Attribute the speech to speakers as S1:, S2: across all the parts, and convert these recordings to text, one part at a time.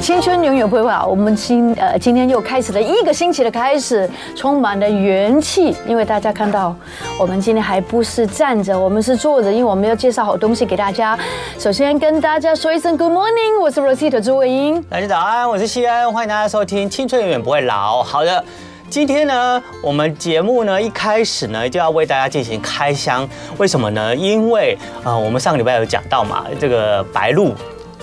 S1: 青春永远不会老。我们今呃今天又开始了一个星期的开始，充满了元气。因为大家看到，我们今天还不是站着，我们是坐着，因为我们要介绍好东西给大家。首先跟大家说一声 Good morning，我是 Rosita 朱慧英。
S2: 大家早安，我是西安，欢迎大家收听《青春永远不会老》。好的。今天呢，我们节目呢一开始呢就要为大家进行开箱，为什么呢？因为啊、呃我们上个礼拜有讲到嘛，这个白露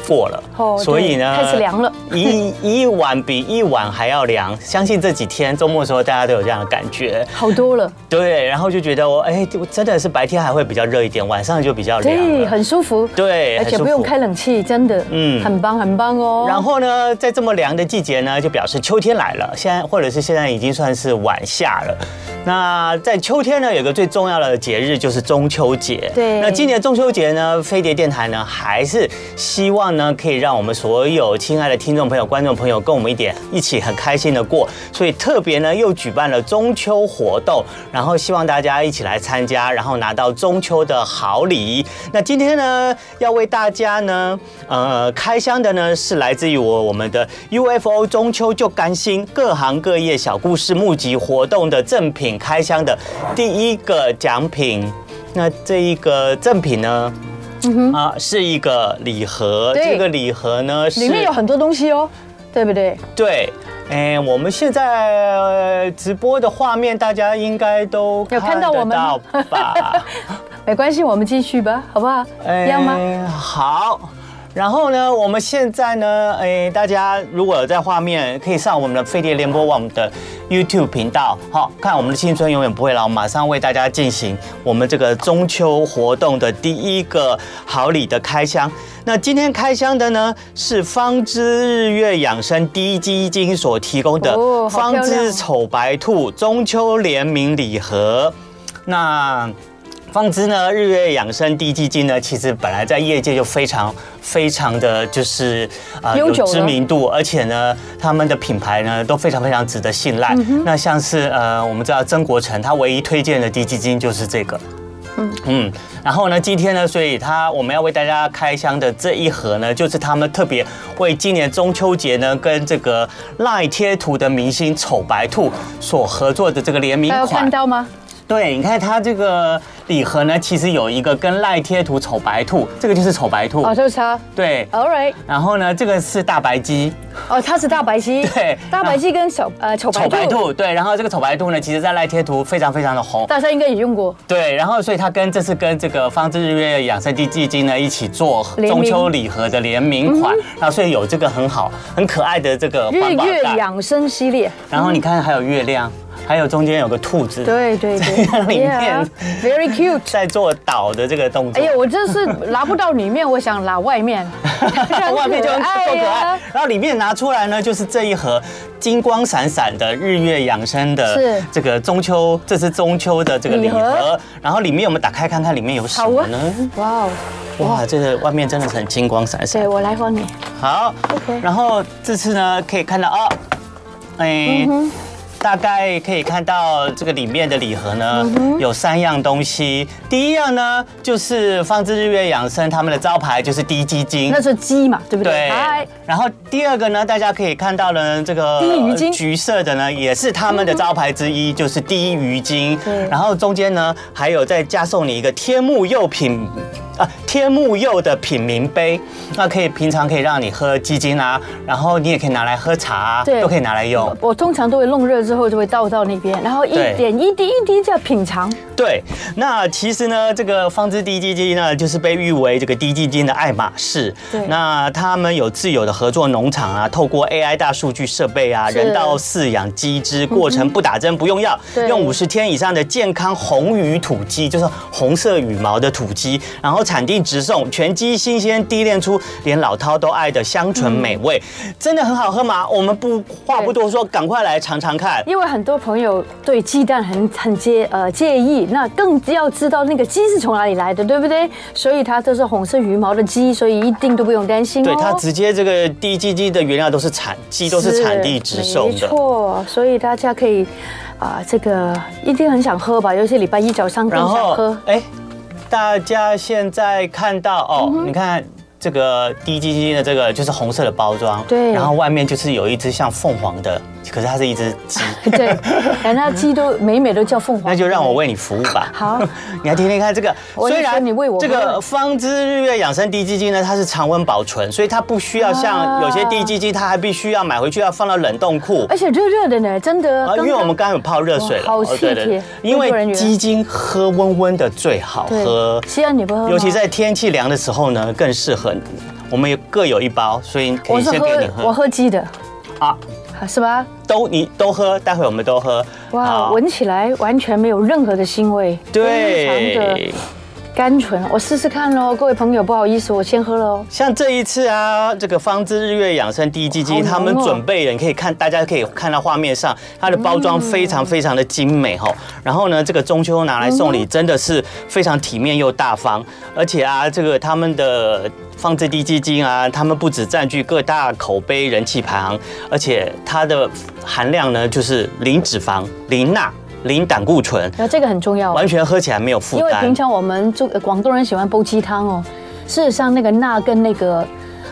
S2: 过了，
S1: 哦对
S2: 所以呢
S1: 开始凉了
S2: 一一碗比一碗还要凉。相信这几天周末的时候，大家都有这样的感觉，
S1: 好多了，
S2: 对。然后就觉得我哎，我真的是白天还会比较热一点，晚上就比较凉
S1: 对，
S2: 了。
S1: 很舒服，
S2: 啊对
S1: 而且
S2: 很舒服
S1: 不用开冷气，真的，嗯，
S2: 嗯
S1: 很棒，很棒哦。
S2: 然后呢，在这么凉的季节呢，就表示秋天来了。现在或者是现在已经算是晚夏了。那在秋天呢，有个最重要的节日就是中秋节。
S1: 对
S2: 那今年中秋节呢，飞碟电台呢，还是希望呢，可以让我们所有亲爱的听众朋友、观众朋友跟我们一点一起很开心的过。所以特别呢，又举办了中秋活动，然后希望大家一起来参加，然后拿到中秋的好礼。那今天呢，要为大家呢，呃，开箱的呢是来自于我我们的 UFO 中秋就甘心各行各业小故事募集活动的赠品开箱的第一个奖品。那这一个赠品呢，啊，是一个礼盒。
S1: 嗯对
S2: 这个礼盒呢是
S1: 里面有很多东西哦，对不对？
S2: 对。哎，我们现在呃直播的画面，大家应该都
S1: 有看到我们吗
S2: 看得到吧？
S1: 没关系，我们继续吧，好不好？
S2: 哎，
S1: 要吗？
S2: 好。然后呢，我们现在呢，哎，大家如果有在画面，可以上我们的飞碟联播网的 YouTube 频道，好、看我们的青春永远不会老，马上为大家进行我们这个中秋活动的第一个好礼的开箱。那今天开箱的呢是方知日月养生低基金所提供的
S1: 哦好漂
S2: 方
S1: 亮
S2: 知丑白兔中秋联名礼盒。那方知呢，日月养生低基金呢，其实本来在业界就非常非常的就是呃
S1: 悠
S2: 有
S1: 久了
S2: 知名度，而且呢，他们的品牌呢都非常非常值得信
S1: 嗯
S2: 赖。那像是呃，我们知道曾国成他唯一推荐的低基金就是这个。嗯，然后呢，今天呢，所以他我们要为大家开箱的这一盒呢，就是他们特别为今年中秋节呢，跟这个赖贴图的明星丑白兔所合作的这个联名
S1: 大家有
S2: 款
S1: 看。到吗？
S2: 对，你看它这个礼盒呢，其实有一个跟赖贴图丑白兔，这个就是丑白兔，
S1: 哦，就是它。
S2: 对。
S1: All right，
S2: 然后呢，这个是大白鸡，
S1: 哦，它是大白鸡。
S2: 对
S1: 大白鸡跟小呃丑
S2: 丑
S1: 白
S2: 白
S1: 兔，
S2: 兔，对。然后这个丑白兔呢，其实在赖贴图非常非常的红，
S1: 大家应该也用过。
S2: 对。然后所以它跟这次跟这个方知日月养生地基金呢一起做
S1: 联名
S2: 中秋礼盒的联名款，然后所以有这个很好很可爱的这个
S1: 嗯日
S2: 环保
S1: 月
S2: 袋，
S1: 养生系 列，
S2: 然后你看还有月亮，还有中间有个兔子，
S1: 对对 对
S2: 在里面
S1: Yeah，very cute。
S2: 在做倒的这个动作。
S1: 哎呀，我这是拿不到里面，我想拿外 面，
S2: 外面就
S1: 很
S2: 很够可
S1: 哎呀
S2: 爱。，啊然后里面拿出来呢，就是这一盒金光闪闪的日月养生的
S1: 是
S2: 这个中秋，这是中秋的这个礼
S1: 礼盒
S2: 盒。然后里面我们打开看看里面有什
S1: 好
S2: 么
S1: 啊
S2: 呢？，
S1: 哇哦，
S2: 哇，这个外面真的是很金光闪闪
S1: 对。我来帮你。
S2: 好
S1: OK
S2: 然后这次呢可以看到哦，哎、
S1: 嗯
S2: 大概可以看到这个里面的礼盒呢、
S1: 嗯
S2: 有三样东西。第一样呢就是放置日月养生他们的招牌就是低基金，
S1: 那是鸡嘛，对不对？
S2: 对
S1: 嗨，
S2: 然后第二个呢，大家可以看到呢，这个
S1: 低鱼精嗯
S2: 橘色的呢，也是他们的招牌之一，就是低鱼精
S1: 对。
S2: 然后中间呢，还有再加送你一个天目釉品。啊，天目釉的品茗杯，那可以平常可以让你喝鸡精啊，然后你也可以拿来喝茶、啊，
S1: 对
S2: 都可以拿来用。
S1: 我通常都会弄热之后就会倒到那边，然后一
S2: 对
S1: 点一滴一滴这样品尝。
S2: 对，那其实呢，这个方知低基金呢，就是被誉为这个低基金的爱马仕。
S1: 对
S2: 那他们有自有的合作农场啊，透过 AI 大数据设备啊，
S1: 是
S2: 人道饲养鸡只，过程不打针不用药
S1: 对，
S2: 用五十天以上的健康红羽土鸡，就是红色羽毛的土鸡，然后产地力直送，全鸡新鲜低炼出连老饕都爱的香醇美味，
S1: 嗯
S2: 真的很好喝吗？我们不话不多说，赶快来尝尝看。
S1: 因为很多朋友对鸡蛋很很介呃介意，那更要知道那个鸡是从哪里来的，对不对？所以它都是红色羽毛的鸡，所以一定都不用担心哦。
S2: 对，它直接这个低基鸡的原料都是产鸡，都是产地直送
S1: 没
S2: 的。
S1: 错，所以大家可以啊、这个一定很想喝吧，尤其礼拜一早上更
S2: 然
S1: 想
S2: 后
S1: 喝，。
S2: 哎，大家现在看到
S1: 嗯
S2: 哦，你看。这个低基金的这个就是红色的包装，
S1: 对
S2: 然后外面就是有一只像凤凰的，可是它是一只 鸡，
S1: 对， 哎，那鸡都每每都叫凤凰，
S2: 那就让我为你服务吧。
S1: 好，
S2: 你来听听看这个，
S1: 我就
S2: 虽
S1: 说
S2: 然
S1: 你喂我
S2: 这
S1: 喝
S2: 个方知日月养生低基金呢，它是常温保存，所以它不需要
S1: 啊
S2: 像有些低基金，它还必须要买回去要放到冷冻库。
S1: 而且热热的呢，真的。
S2: 啊，因为我们刚刚有泡热水了，
S1: 哇好
S2: 哦
S1: 细
S2: 对对
S1: 节
S2: 对因
S1: 工作人
S2: 为
S1: 员
S2: 鸡精喝温温的最好喝
S1: 对，，西安你不喝吗
S2: 尤其在天气凉的时候呢，更适合你。我们有各有一包，所以可
S1: 我
S2: 以
S1: 是
S2: 先
S1: 喝
S2: 给你
S1: 我
S2: 喝
S1: 喝鸡的，
S2: 啊，
S1: 是吧？
S2: 都你都喝，待会我们都喝。
S1: 哇，
S2: 好
S1: 闻起来完全没有任何的腥味，非常的
S2: 对，
S1: 甘醇。我试试看喽，各位朋友，不好意思，我先喝了哦。
S2: 像这一次啊，这个方知日月养生低基
S1: 好
S2: 金，
S1: 浓哦
S2: 他们准备了，你可以看，大家可以看到画面上，它的包装非常非常的精美哈。然后呢，这个中秋拿来送
S1: 嗯
S2: 礼真的是非常体面又大方，而且啊，这个他们的。方知低基金啊，他们不只占据各大口碑人气排行，而且它的含量呢，就是零脂肪、零钠、零胆固醇，
S1: 然后这个很重要哦，
S2: 完全喝起来没有负
S1: 因为
S2: 担
S1: 平。常我们中呃广东人喜欢煲鸡汤哦，事实上那个钠跟那个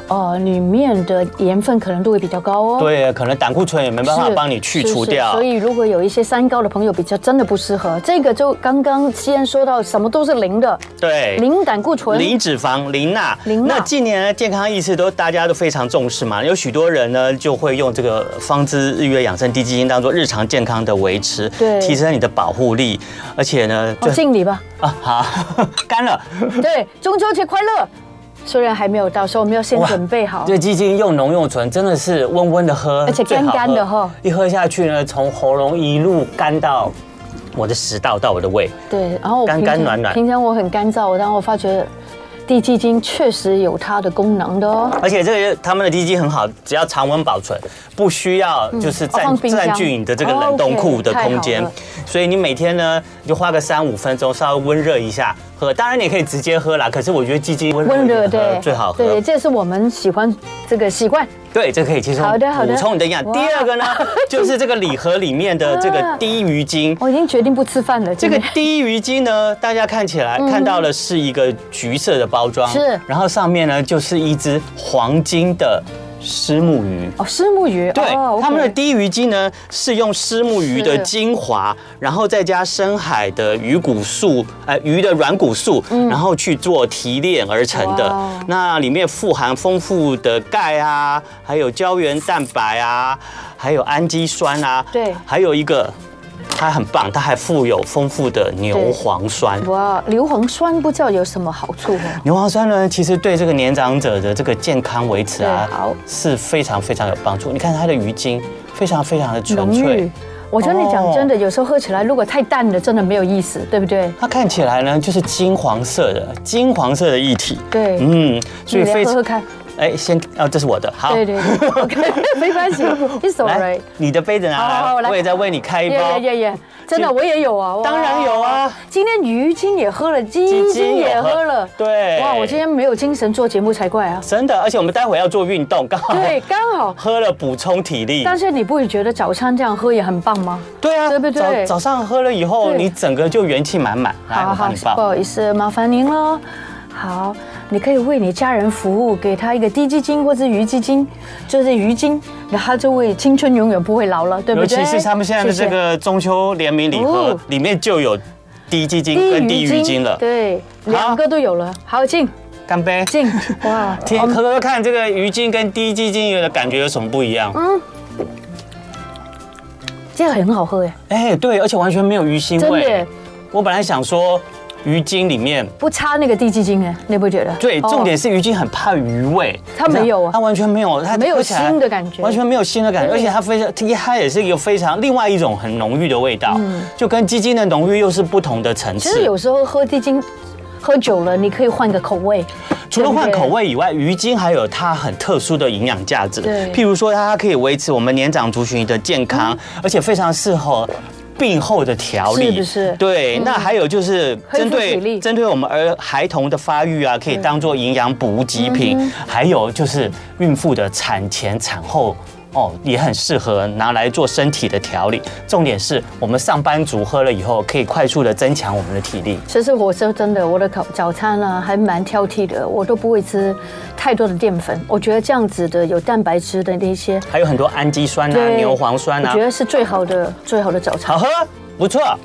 S1: 呃里面的盐分可能都会比较高哦。
S2: 对，可能胆固醇也没办法
S1: 是
S2: 帮你去
S1: 是
S2: 除
S1: 是
S2: 掉。
S1: 所以如果有一些三高的朋友，比较真的不适合这个。就刚刚既然说到什么都是零的，
S2: 对，
S1: 零胆固醇，
S2: 零脂肪、零钠。
S1: 零钠
S2: 那近年呢，健康意识都大家都非常重视嘛，有许多人呢就会用这个方知日月养生低基金当做日常健康的维持，
S1: 对
S2: 提升你的保护力，而且呢，
S1: 哦，
S2: 就
S1: 敬礼吧。
S2: 啊好 干了，
S1: 对，中秋节快乐。虽然还没有到，所以我们要先准备好。
S3: 这鸡精用浓用纯，真的是温温的喝，
S1: 而且
S3: 最好喝
S1: 干干的哈
S3: 一喝下去呢，从喉咙一路干到我的食道到我的胃。
S1: 对，然后我
S3: 干
S1: 平
S3: 干
S1: 常
S3: 软软
S1: 平常我很干燥，但我发觉地基精确实有它的功能的哦。
S2: 而且这个他们的低基金很好，只要常温保存，不需要就是
S1: 哦
S2: 占、
S1: 放冰箱
S2: 占据你的这个冷冻库的空间
S1: 哦，OK，
S2: 所以你每天呢你就花个三五分钟稍微温热一下喝，当然你也可以直接喝啦，可是我觉得鸡精温
S1: 温
S2: 热
S1: 热
S2: 一点
S1: 对
S2: 喝，最好喝。
S1: 对，这是我们喜欢这个习惯。
S2: 对，这可以接受。
S1: 好的好的
S2: 补充你的营养。
S1: 哇啊
S2: 第 二个呢，就是这个礼盒里面的这个低鱼精。
S1: 我已经决定不吃饭了。
S2: 这个
S1: 今天
S2: 低鱼精呢，大家看起来看到的是一个橘色的包装，
S1: 嗯是
S2: 然后上面呢就是一只黄金的虱目鱼。
S1: 哦，虱目鱼，
S2: 对
S1: 哦，
S2: 他们的
S1: OK
S2: 低鱼精呢是用虱目鱼的
S1: 是
S2: 精华，然后再加深海的鱼骨素，呃，鱼的软骨素，然后去做提炼而成的
S1: 嗯哇。哦
S2: 那里面富含丰富的钙啊，还有胶原蛋白啊，还有氨基酸啊，
S1: 对
S2: 还有一个。它很棒，它还富有丰富的牛磺酸。
S1: 哇，硫磺酸不知道有什么好处哦。
S2: 牛磺酸呢，其实对这个年长者的这个健康维持啊
S1: 对好，
S2: 是非常非常有帮助。你看它的鱼精，非常非常的纯
S1: 浓
S2: 粹
S1: 郁。。我跟你讲
S2: 哦
S1: 真的，有时候喝起来如果太淡了，真的没有意思，对不对？
S2: 它看起来呢，就是金黄色的，金黄色的液体。
S1: 对，
S2: 嗯，所
S1: 你
S2: 以
S1: 来
S2: 非
S1: 喝喝
S2: 常
S1: 看。
S2: 哎，先哦，这是我的，好，
S1: 对对 对，OK，没 关系，It's alright
S2: 来。，你的杯子
S1: 好好
S2: 拿
S1: 好我来
S2: 来，我也再为你开一
S1: 耶
S2: 包
S1: 耶。耶耶！真的，
S2: 这
S1: 我也有啊，哇
S2: 当然有啊。
S1: 今天鱼精也喝了，鸡精也喝了，
S2: 对，
S1: 哇，我今天没有精神做节目才 怪啊。
S2: 真的，而且我们待会要做运动，刚好
S1: 对，刚好。
S2: 喝了补充体力。
S1: 但是你不会觉得早餐这样喝也很棒 吗？
S2: 对啊，
S1: 对不对
S2: 早早上喝了以后，
S1: 对
S2: 你整个就元气满满。来，
S1: 好
S2: 哎我
S1: 好
S2: 帮你，
S1: 不
S2: 抱。
S1: 好意思，麻烦您了。好，你可以为你家人服务，给他一个低基金或者鱼基金，就是鱼精，然后他就会青春永远不会老了，对不
S2: 尤
S1: 对？
S2: 其是他们现在的这
S1: 谢谢
S2: 个中秋联名礼
S1: 哦
S2: 盒，里面就有低基金跟低鱼精了。
S1: 对，两个都有了。好，进
S2: 干杯！
S1: 进，哇，
S2: 听喝喝看这个鱼精跟低基精有的感觉有什么不一样？
S1: 这个很好喝哎，
S2: 哎、对，而且完全没有鱼腥
S1: 真的耶
S2: 味。我本来想说鱼精里面，
S1: 不差那个低基金哎，你不觉得？
S2: 对，
S1: 哦
S2: 重点是鱼精很怕鱼味，
S1: 它没有啊
S2: 它完全没有，它
S1: 没有
S2: 喝起来
S1: 腥的感觉
S2: 完全没有腥的感觉，
S1: 对
S2: 而且它非常，它也是一个非常另外一种很浓郁的味道，就跟鸡精的浓郁又是不同的层
S1: 嗯其实
S2: 次
S1: 有。时候喝低精喝酒了你可以换个口味。
S2: 除了换
S1: 对不对
S2: 口味以外，鱼精还有它很特殊的营养价值
S1: 对，
S2: 譬如说它可以维持我们年长族群的健康，而且非常适合。病后的调理
S1: 嗯是不是嗯
S2: 对，那还有就是
S1: 恢复
S2: 针
S1: 体力
S2: 对针对我们儿孩童的发育啊，可以当做营养补给
S1: 嗯
S2: 品，还有就是孕妇的产前产后。哦，也很适合拿来做身体的调理。重点是我们上班族喝了以后，可以快速的增强我们的体力。
S1: 其实我说真的，我的早早餐呢、还蛮挑剔的，我都不会吃太多的淀粉。我觉得这样子的有蛋白质的那些，
S2: 还有很多氨基酸啊、
S1: 对
S2: 牛磺酸啊
S1: 我觉，得是最好的最好的早餐
S2: 好。喝，不错，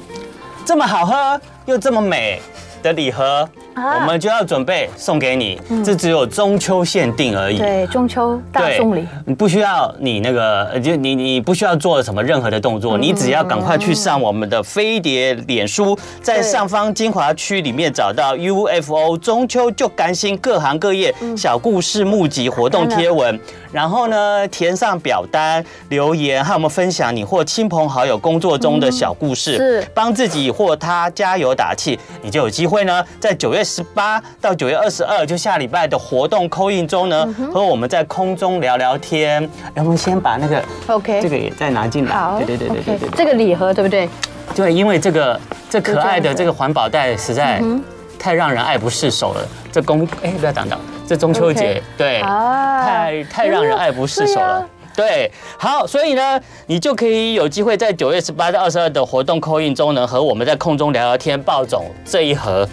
S2: 这么好喝又这么美的礼盒，
S1: 啊嗯
S2: 我们就要准备送给你，这只有中秋限定而已。
S1: 对，中秋大
S2: 对
S1: 送礼，
S2: 你不需要你那个，呃就你你不需要做什么任何的动
S1: 嗯
S2: 作，你只要赶快去上我们的飞碟脸书，在
S1: 对
S2: 上方精华区里面找到 UFO 中秋就甘心各行各业
S1: 嗯
S2: 小故事募集活动贴文，然后呢填上表单留言，和我们分享你或亲朋好友工作中的小故事，
S1: 嗯是
S2: 帮自己或他加油打气，你就有机会呢，在九月十八到九月二十二，就下礼拜的活动扣印中
S1: 嗯
S2: 呢，和我们在空中聊聊天。然后先把那个
S1: OK
S2: 这个也再拿进
S1: 好
S2: 来。，对对对对对
S1: OK，
S2: 对对。
S1: 这个礼盒对不对？
S2: 对，因为这个这可爱的
S1: 就这样子嗯
S2: 这个环保袋实在太让人爱不释手了。这公哎，不要挡到，这中秋
S1: OK
S2: 节对，
S1: 啊
S2: 哎太太让人爱不释手
S1: 对
S2: 了
S1: 啊。
S2: 对，好，所以呢，你就可以有机会在九月十八到二十二的活动扣印中呢，和我们在空中聊聊天，鲍总这一盒。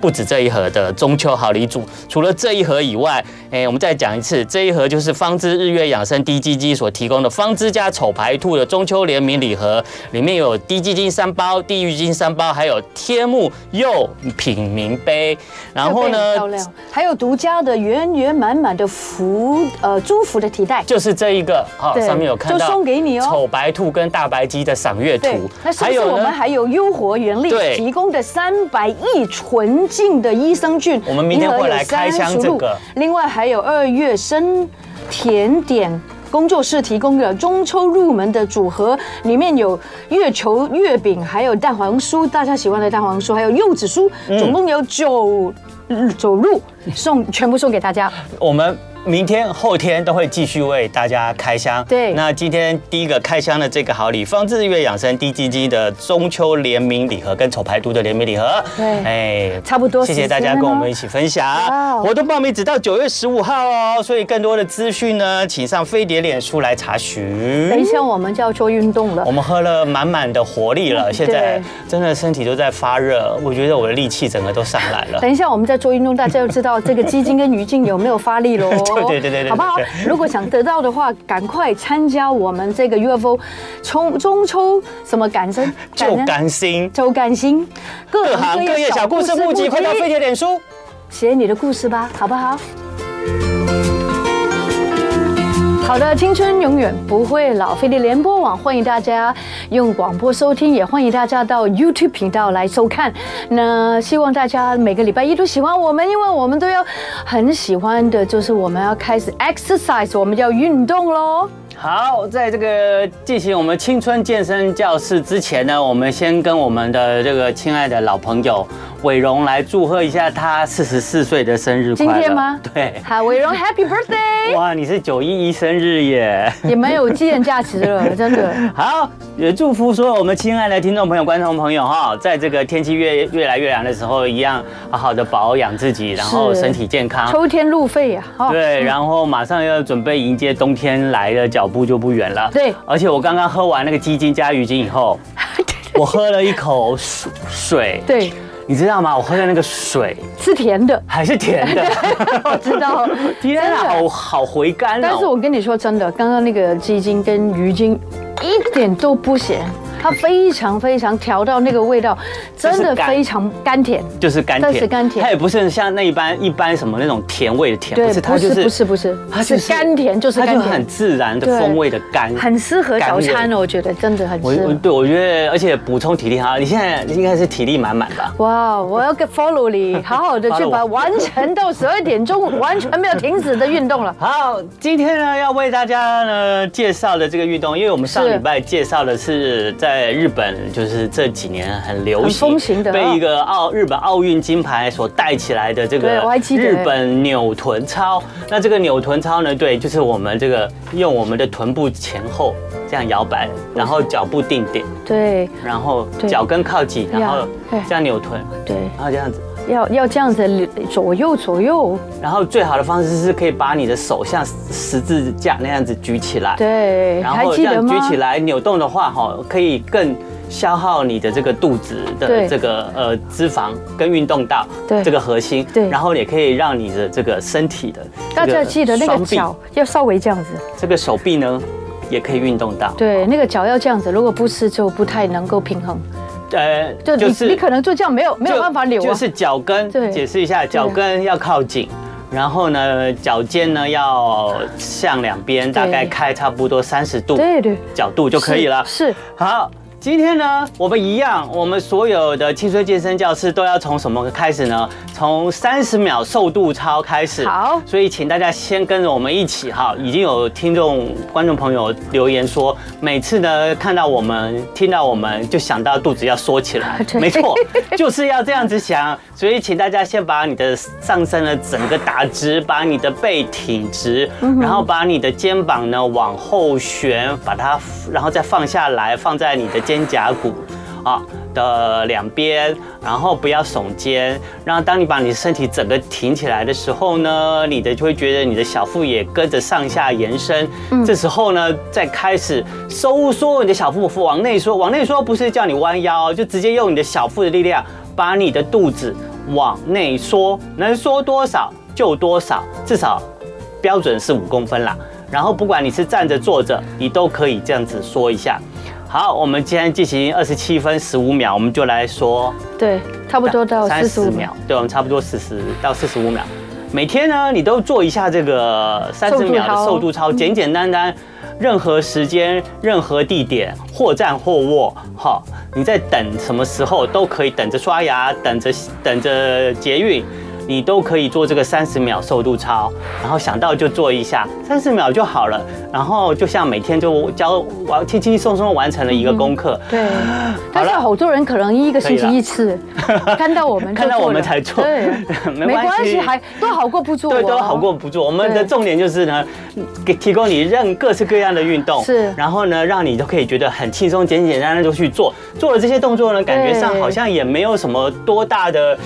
S2: 不止这一盒的中秋好礼组，除了这一盒以外，哎，我们再讲一次，这一盒就是方知日月养生低基金所提供的方知家丑牌兔的中秋联名礼盒，里面有低基金三包、地狱金三包，还有天目釉品名杯。然后
S1: 这个
S2: 呢
S1: 很，漂亮，还有独家的圆圆满满的福呃祝福的提袋，
S2: 就是这一个，好、
S1: 对
S2: 上面有看到，
S1: 就送给你哦
S2: 丑白兔跟大白鸡的赏月
S1: 对
S2: 图，，
S1: 那是不是我们还有优活原力
S2: 对
S1: 提供的三百亿纯净的益生菌？
S2: 我们明天会来开箱这
S1: 一盒
S2: 个
S1: 有30路另外还有二月生甜点。工作室提供的中秋入门的组合，里面有月球月饼，还有蛋黄酥，大家喜欢的蛋黄酥，还有柚子酥，
S2: 嗯
S1: 总共有九九路送，全部送给大家。
S2: 我们明天、后天都会继续为大家开箱。
S1: 对
S2: 那今天第一个开箱的这个好礼，方志月养生低基金的中秋联名礼盒跟丑牌兔的联名礼盒。
S1: 对
S2: 哎
S1: 差不多
S2: 谢谢大
S1: 时
S2: 家
S1: 间了
S2: 跟我们一起分
S1: 哇哦
S2: 享。活动报名只到九月十五号哦，所以更多的资讯呢，请上飞碟脸书来查询
S1: 等一。下我们就要做运动了
S2: 我，们喝了满满的活力了，现在真的身体都在发热，我觉得我的力气整个都上来了。
S1: 等一下，我们在做运动，大家就知道这个鸡精跟鱼精有没有发力喽。
S2: 对对对对对
S1: 好不好
S2: 对？
S1: 如果想得到的话，赶快参加我们这个 UFO 中中秋什么感恩
S2: 就甘心，
S1: 周感心，各
S2: 各行各业小故事募集，快到飞碟脸书。
S1: 写你的故事吧，好不好？好的，青春永远不会老。飞碟联播网欢迎大家用广播收听，也欢迎大家到 YouTube 频道来收看。那希望大家每个礼拜一都喜欢我们，因为我们都要很喜欢的，就是我们要开始 exercise，我们要运动喽。
S2: 好，在这个进行我们青春健身教室之前呢，我们先跟我们的这个亲爱的老朋友伟荣来祝贺一下他四十四岁的生日快
S1: 今
S2: 乐。
S1: 天吗？
S2: 对。
S1: 好，伟荣 Happy Birthday！
S2: 哇，你是九一一生日耶！
S1: 也蛮有纪念价值了，真 的。
S2: 好，也祝福所有我们亲爱的听众朋友、观众朋友哈，在这个天气越越来越凉的时候，一样好好的保养自己，然后身体健康。
S1: 秋天路费呀、啊，哦
S2: 对，然后马上要准备迎接冬天来的脚步就不远了。
S1: 对
S2: 而且我刚刚喝完那个鸡精加鱼精以后， 我喝了一口水水，
S1: 对，
S2: 你知道吗？我喝的那个水
S1: 是甜的。
S2: 还是 甜的，，
S1: 我知道
S2: 天
S1: 真
S2: 啊，
S1: 的
S2: 好好回甘
S1: 但是
S2: 哦。
S1: 我跟你说真的，刚刚那个鸡精跟鱼精一点都不咸，它非常非常调到那个味道，
S2: 是
S1: 真的
S2: 甘
S1: 非常甘甜。
S2: 就是甘
S1: 但是
S2: 甜，
S1: 甘甜
S2: 它也不是像那一般一般什么那种甜味的甜，
S1: 对，
S2: 它
S1: 不
S2: 哎就是
S1: 不是不是，
S2: 它啊就是
S1: 甘甜，就是
S2: 它
S1: 甘
S2: 就很
S1: 甜，
S2: 自然的
S1: 对
S2: 风味的甘，
S1: 很适合早
S2: 甘
S1: 餐
S2: 味
S1: 哦，我觉得真的很
S2: 我
S1: 适
S2: 我
S1: 合。
S2: 对我觉得，而且补充体力哈，你现在应该是体力满满吧？
S1: 哇我要 get follow 你，好好的去
S2: Follow
S1: 把
S2: 我
S1: 完成到十二点钟，完全没有停止的运动了。
S2: 好，今天呢要为大家呢介绍的这个运动，因为我们上
S1: 是
S2: 礼拜介绍的是在在日本就是这几年很流
S1: 很
S2: 行，
S1: 风行的哦
S2: 被一个奥日本奥运金牌所带起来的这
S1: 对
S2: 个
S1: 我还记得
S2: 日本扭臀操。那这个扭臀操呢，对，就是我们这个用我们的臀部前后这样摇摆，然后脚步定点，
S1: 对
S2: 然后
S1: 对
S2: 脚跟靠挤，然后
S1: 呀对
S2: 这样扭臀，
S1: 对，
S2: 然后这样子。
S1: 要要这样子左右左右，
S2: 然后最好的方式是可以把你的手像十字架那样子举起来，
S1: 对，
S2: 然
S1: 还
S2: 后这
S1: 记得
S2: 样
S1: 吗
S2: 举？起来扭动的话，哈，可以更消耗你的这个肚子
S1: 对
S2: 的这个呃脂肪跟运动到
S1: 对
S2: 这个核心，
S1: 对
S2: 然后也可以让你的这个身体的
S1: 大
S2: 这
S1: 家记得那个
S2: 双臂
S1: 脚要稍微这样子，
S2: 这个手臂呢也可以运动到，
S1: 对，那个脚要这样子，如果不是就不太能够平衡，
S2: 呃，
S1: 就你你可能就这样没有没有
S2: 就
S1: 办法扭啊
S2: 就，是脚跟
S1: 对，啊
S2: 解释一下，脚跟要靠紧。然后呢，脚尖呢要向两边，大概开差不多三十度
S1: 对对
S2: 角度就可以了。
S1: 是是
S2: 好，今天呢，我们一样，我们所有的青春健身教室都要从什么开始呢？从三十秒瘦肚操开始。
S1: 好。
S2: 所以请大家先跟着我们一起哈。已经有听众、观众朋友留言说，每次呢看到我们、听到我们，就想到肚子要缩起来
S1: 对
S2: 没错，就是要这样子想。所以请大家先把你的上身的整个打直，把你的背挺直，然后把你的肩膀呢往后旋，把它然后再放下来，放在你的肩胛骨。啊的两边，然后不要耸肩。然后当你把你身体整个挺起来的时候呢，你的就会觉得你的小腹也跟着上下延伸。这时候呢，再开始收缩你的小腹，往内缩，往内缩不是叫你弯腰哦，就直接用你的小腹的力量把你的肚子往内缩，能缩多少就多少，至少标准是五公分啦。然后不管你是站着坐着，你都可以这样子缩一下。好，我们今天进行二十七分十五秒，我们就来说
S1: 对，差不多到四十
S2: 30
S1: 五秒。，
S2: 对，我们差不多四十到四十五秒。每天呢，你都做一下这个三十秒的
S1: 瘦
S2: 瘦
S1: 肚
S2: 肚操，简简单单，任何时间、任何地点，或站或卧，好，你在等什么时候都可以，等着刷牙，等着等着捷运，你都可以做这个三十秒瘦肚操，然后想到就做一下，三十秒就好了，然后就像每天就教完轻轻松松地完成了
S1: 嗯
S2: 一个功课，
S1: 对，但是好多人可能一个星期一次，看到我们就
S2: 看到
S1: 做
S2: 我们
S1: 了
S2: 才做，
S1: 对
S2: 没
S1: 没
S2: 关
S1: 关系，
S2: 系
S1: 还都好过不做哦，
S2: 对，都好过不做。我们的
S1: 对
S2: 重点就是呢，给提供你任各式各样的运动，
S1: 是
S2: 然后呢，让你都可以觉得很轻松、简简单单就去做。做了这些动作呢，感觉上
S1: 对
S2: 好像也没有什么多大的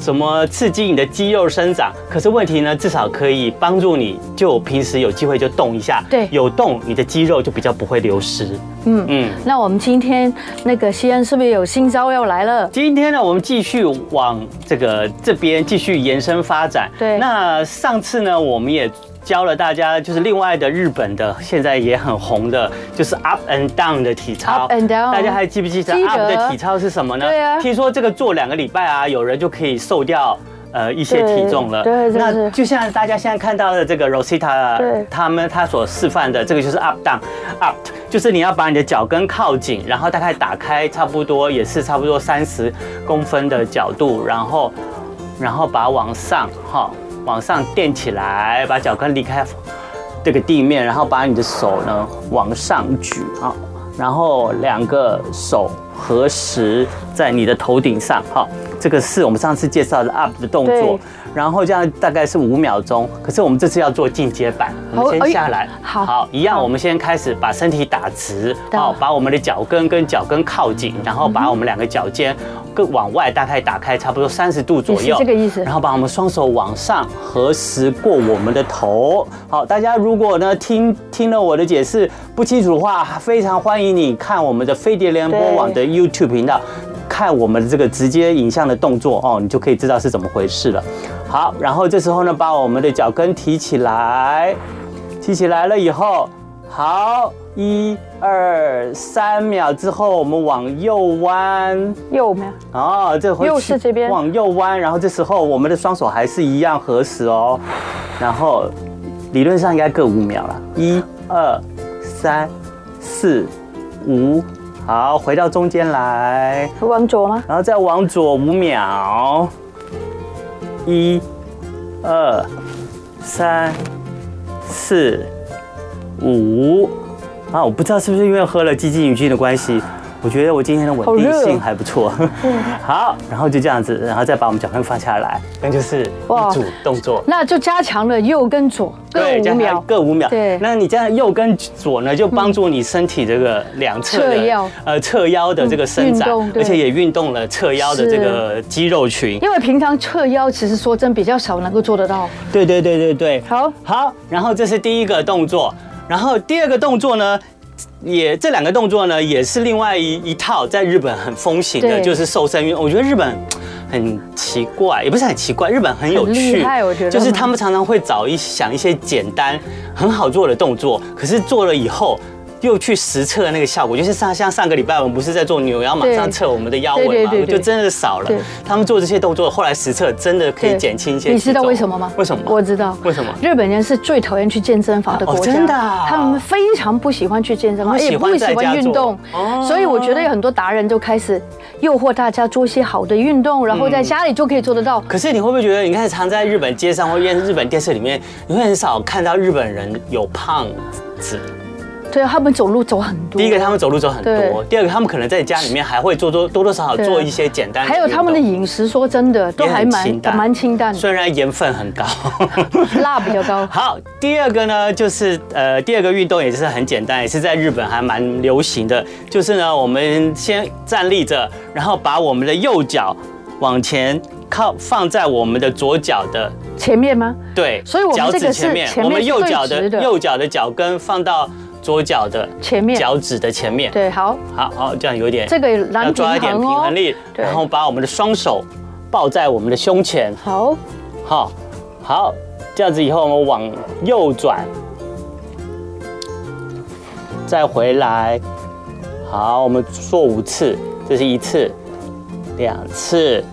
S2: 什么刺激你的肌肉生长，可是问题呢，至少可以帮助你，就平时有机会就动一下，
S1: 对
S2: 有动你的肌肉就比较不会流失。
S1: 嗯
S2: 嗯。
S1: 那我们今天那个西安是不是有新招要来了？
S2: 今天呢，我们继续往这个这边继续延伸发展。
S1: 对
S2: 那上次呢，我们也教了大家，就是另外的日本的现在也很红的，就是 up and down 的体操。
S1: Up and down
S2: 大家还记不记得
S1: 记得
S2: up 的体操是什么呢？
S1: 对啊
S2: 听说这个做两个礼拜啊，有人就可以瘦掉。呃，一些
S1: 对
S2: 体重了，
S1: 对对对
S2: 那就像大家现在看到的这个 Rosita，
S1: 对
S2: 他们他所示范的这个就是 up down up，就是你要把你的脚跟靠紧，然后大概打开差不多也是差不多三十公分的角度，然后然后把往上哈往上垫起来，把脚跟离开这个地面，然后把你的手呢往上举啊，然后两个手合十在你的头顶上哈，这个是我们上次介绍的 up 的动
S1: 对
S2: 作。然后这样大概是五秒钟，可是我们这次要做进阶版，我们
S1: 好哎
S2: 先下来。
S1: 好
S2: 好，一样，
S1: 好
S2: 我们先开始把身体打直，
S1: 打
S2: 好，把我们的脚跟跟脚跟靠紧，然后把我们两个脚尖更往外大概打开，差不多三十度左右，
S1: 也是这个意思
S2: 然后把我们双手往上合十过我们的头。好，大家如果呢听听了我的解释不清楚的话，非常欢迎你看我们的飞碟联播
S1: 对
S2: 网的 YouTube 频道。看我们的这个直接影像的动作哦，你就可以知道是怎么回事了。好，然后这时候呢，把我们的脚跟提起来，提起来了以后，好，一二三秒之后，我们往右弯，
S1: 有没有？
S2: 哦，这回
S1: 右
S2: 去
S1: 是这边
S2: 往右弯，然后这时候我们的双手还是一样合十哦，然后理论上应该各五秒了，一二三四五，好，回到中间来，
S1: 往左吗？
S2: 然后再往左五秒，一、二、三、四、五。啊，我不知道是不是因为喝了激进雨菌的关系，我觉得我今天的稳定
S1: 好热
S2: 性还 不错。好，然后就这样子，然后再把我们脚跟放下来，那就是
S1: 哇
S2: 一组动作。
S1: 那就加强了右跟左各
S2: 对，这
S1: 五
S2: 样还
S1: 秒，
S2: 各五秒。
S1: 对
S2: 那你这样右跟左呢，就帮助你身体这个两侧的
S1: 侧腰
S2: 呃侧腰的这个伸展
S1: 嗯运动，对
S2: 而且也运动了侧腰的这个肌肉群。
S1: 因为平常侧腰其实说真比较少能够做得到。
S2: 对对对对对。
S1: 好，
S2: 好，然后这是第一个动作，然后第二个动作呢，也这两个动作呢，也是另外一一套在日本很风行的，
S1: 对
S2: 就是瘦身运动。我觉得日本。很奇怪，也不是很奇怪，日本很有
S1: 很厉
S2: 趣，
S1: 害我觉得
S2: 就是他们常常会找一想一些简单、很好做的动作，可是做了以后又去实测那个效果，就是上像上个礼拜我们不是在做扭腰马
S1: 对
S2: 上测我们的腰围嘛，
S1: 对对对对
S2: 就真的少了
S1: 对。
S2: 他们做这些动作，后来实测真的可以
S1: 对
S2: 减轻一些体重。
S1: 你知道为什么吗？
S2: 为什么？
S1: 我知道。
S2: 为什么
S1: 日本人是最讨厌去健身房的国家，
S2: 哦真的啊
S1: 他们非常不喜欢去健身
S2: 他
S1: 房，
S2: 们喜
S1: 也
S2: 欢
S1: 不喜欢运动
S2: 在家做哦，
S1: 所以我觉得有很多达人就开始诱惑大家做一些好的运动，然后在家里就可以做得到。
S2: 可是你会不会觉得，你看常在日本街上或日本电视里面，你会很少看到日本人有胖子。
S1: 对，他们走路走很多。
S2: 第一个，他们走路走很多；
S1: 对
S2: 第二个，他们可能在家里面还会做多多多少少做一些简单的。
S1: 还有他们的，饮食，说真的都
S2: 也很
S1: 还
S2: 清
S1: 蛮
S2: 淡
S1: 蛮清淡，
S2: 虽然盐分 很高。
S1: 辣比较 高。
S2: 好，第二个呢，就是呃，第二个运动也是很简单，也是在日本还蛮流行的，就是呢，我们先站立着，然后把我们的右脚往前靠，放在我们的左脚的
S1: 前面吗？
S2: 对，
S1: 所以我们
S2: 脚
S1: 这个
S2: 趾
S1: 是
S2: 前面，
S1: 前面
S2: 我们
S1: 是
S2: 右
S1: 最
S2: 脚的
S1: 直的
S2: 右脚的脚跟放到左脚的
S1: 前面
S2: 脚趾的前面。
S1: 对，好，
S2: 好好，这样有点
S1: 这个也
S2: 要
S1: 难平
S2: 抓一点
S1: 衡
S2: 平
S1: 哦
S2: 衡。力，
S1: 对
S2: 然后把我们的双手抱在我们的胸前，
S1: 好，
S2: 好，好，这样子以后我们往右转，再回来，好，我们做五次，这是一次，两次，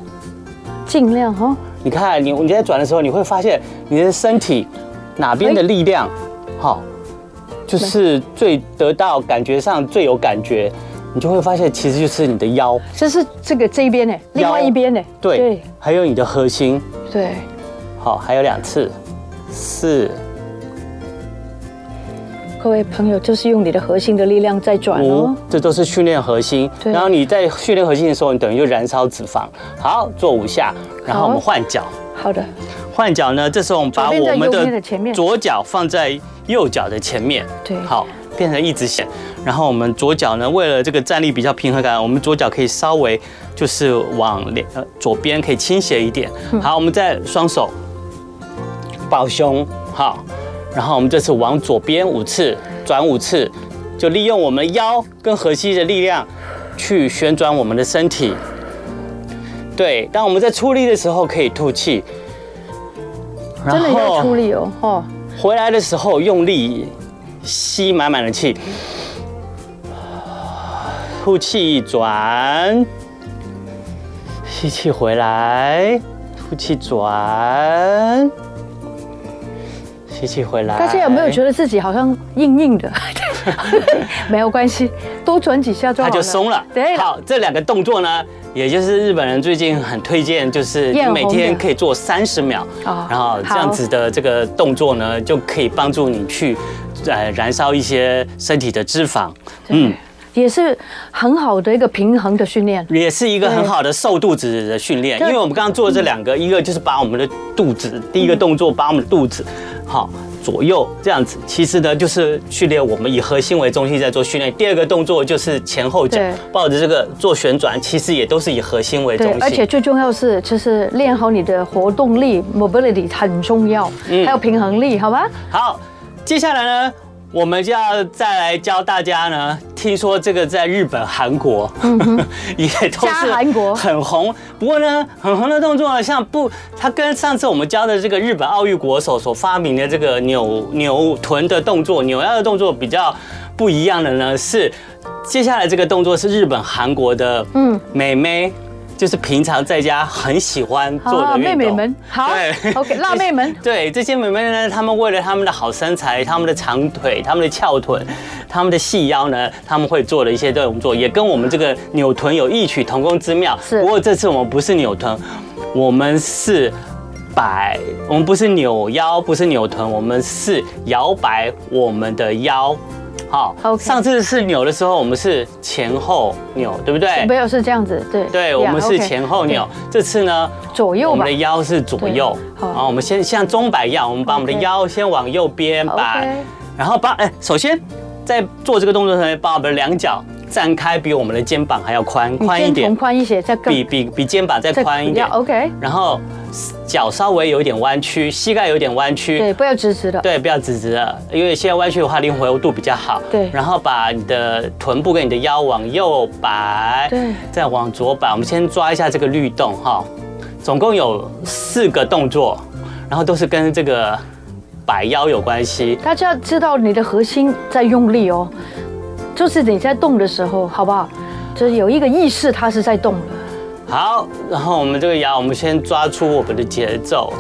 S1: 尽量哈、哦。
S2: 你看，你你在转的时候，你会发现你的身体哪边的力量，好、就是最得到感觉上最有感觉，你就会发现其实就是你的腰，
S1: 这是这个这一边呢，另外一边呢，
S2: 对，还有你的核心，
S1: 对对，
S2: 好、还有两次，四
S1: 各位朋友，就是用你的核心的力量在转
S2: 五
S1: 哦。，
S2: 这都是训练核心。
S1: 对
S2: 然后你在训练核心的时候，你等于就燃烧脂肪。好，做五下，然后我们
S1: 好
S2: 换脚。
S1: 好的，
S2: 换脚呢，这时候我们把
S1: 左边在
S2: 我们
S1: 右边的前面
S2: 左脚放在右脚的前面，
S1: 对
S2: 好，变成一直线。然后我们左脚呢，为了这个站立比较平衡感，我们左脚可以稍微就是往两呃左边可以倾斜一点。
S1: 嗯
S2: 好，我们再双手抱胸，好，然后我们这次往左边五次，转五次，就利用我们腰跟核心的力量去旋转我们的身体。对，当我们在出力的时候可以吐气，然
S1: 真的要出
S2: 后
S1: 力哦，哦，
S2: 回来的时候用力吸满满的气，吐气转，吸气回来，吐气转，吸气回来。
S1: 大家有没有觉得自己好像硬硬的？ 没有关系，多转几下就好
S2: 它
S1: 了。
S2: 就松了。
S1: 对了，
S2: 好，这两个动作呢，也就是日本人最近很推荐，就是
S1: 艳红
S2: 每天可以做三十秒，
S1: 哦
S2: 然后这样子的这个动作呢，就可以帮助你去呃燃烧一些身体的脂肪，
S1: 嗯，也是很好的一个平衡的训练。
S2: 也是一个
S1: 对
S2: 很好的瘦肚子的训练。
S1: 就
S2: 因为我们刚刚做的这两个，一个就是把我们的肚子，第一个动作把我们的肚子好。左右这样子，其实呢就是训练我们以核心为中心在做训练。第二个动作就是前后脚
S1: 对
S2: 抱着这个做旋转，其实也都是以核心为中
S1: 对
S2: 心。，
S1: 而且最重要是，就是练好你的活动力
S2: 嗯
S1: （mobility） 很重要，还有平衡力，好吧？
S2: 好，接下来呢，我们就要再来教大家呢。听说这个在日本、韩国、 也都
S1: 嗯加
S2: 是
S1: 韩国
S2: 很红。不过呢，很红的动作呢，像不，它跟上次我们教的这个日本奥运国手所发明的这个扭扭臀的动作、扭腰的动作比较不一样的呢，是接下来这个动作是日本、韩国的嗯
S1: 嗯
S2: 美眉。就是平常在家很喜欢做的
S1: 好
S2: 运
S1: 啊妹
S2: 动，
S1: 妹们，好
S2: 对
S1: ，OK，辣妹们，
S2: 对，这些美眉呢，她们为了她们的好身材、她们的长腿、她们的翘臀、她们的细腰呢，她们会做的一些动作，也跟我们这个扭臀有异曲同工之妙。
S1: 是
S2: 不过这次我们不是扭臀，我们是。摆，我们不是扭腰，不是扭臀，我们是摇摆我们的腰，好
S1: OK
S2: 上次是扭的时候，我们是前后扭，对不对？
S1: 没有是这样子，对
S2: 哎对，我
S1: Yeah，
S2: 们是
S1: OK
S2: 前后扭。这次呢，
S1: 左右
S2: 我
S1: 吧
S2: 们的。腰是左右。
S1: 对好
S2: 好，我们先像钟摆一样，我们把我们的
S1: OK
S2: 腰先往右边摆
S1: OK
S2: 然后把哎，首先在做这个动作的时候，把我们的两脚展开，比我们的肩膀还要宽
S1: 你
S2: 宽一
S1: 肩
S2: 点
S1: 同，宽一些，再更
S2: 比比比肩膀再
S1: 再哦
S2: 宽一点
S1: 要。OK，
S2: 然后脚稍微有一点弯曲，膝盖有点弯曲，
S1: 对，不要直直的。
S2: 对，不要直直的，因为现在弯曲的话灵活度比较好。
S1: 对
S2: 然后把你的臀部跟你的腰往右摆，
S1: 对
S2: 再往左摆。我们先抓一下这个律动哈，总共有四个动作，然后都是跟这个摆腰有关系。
S1: 大家知道你的核心在用力哦，就是你在动的时候，好不好？就是有一个意识，它是在动的。
S2: 好，然后我们这个摇，我们先抓出我们的节奏，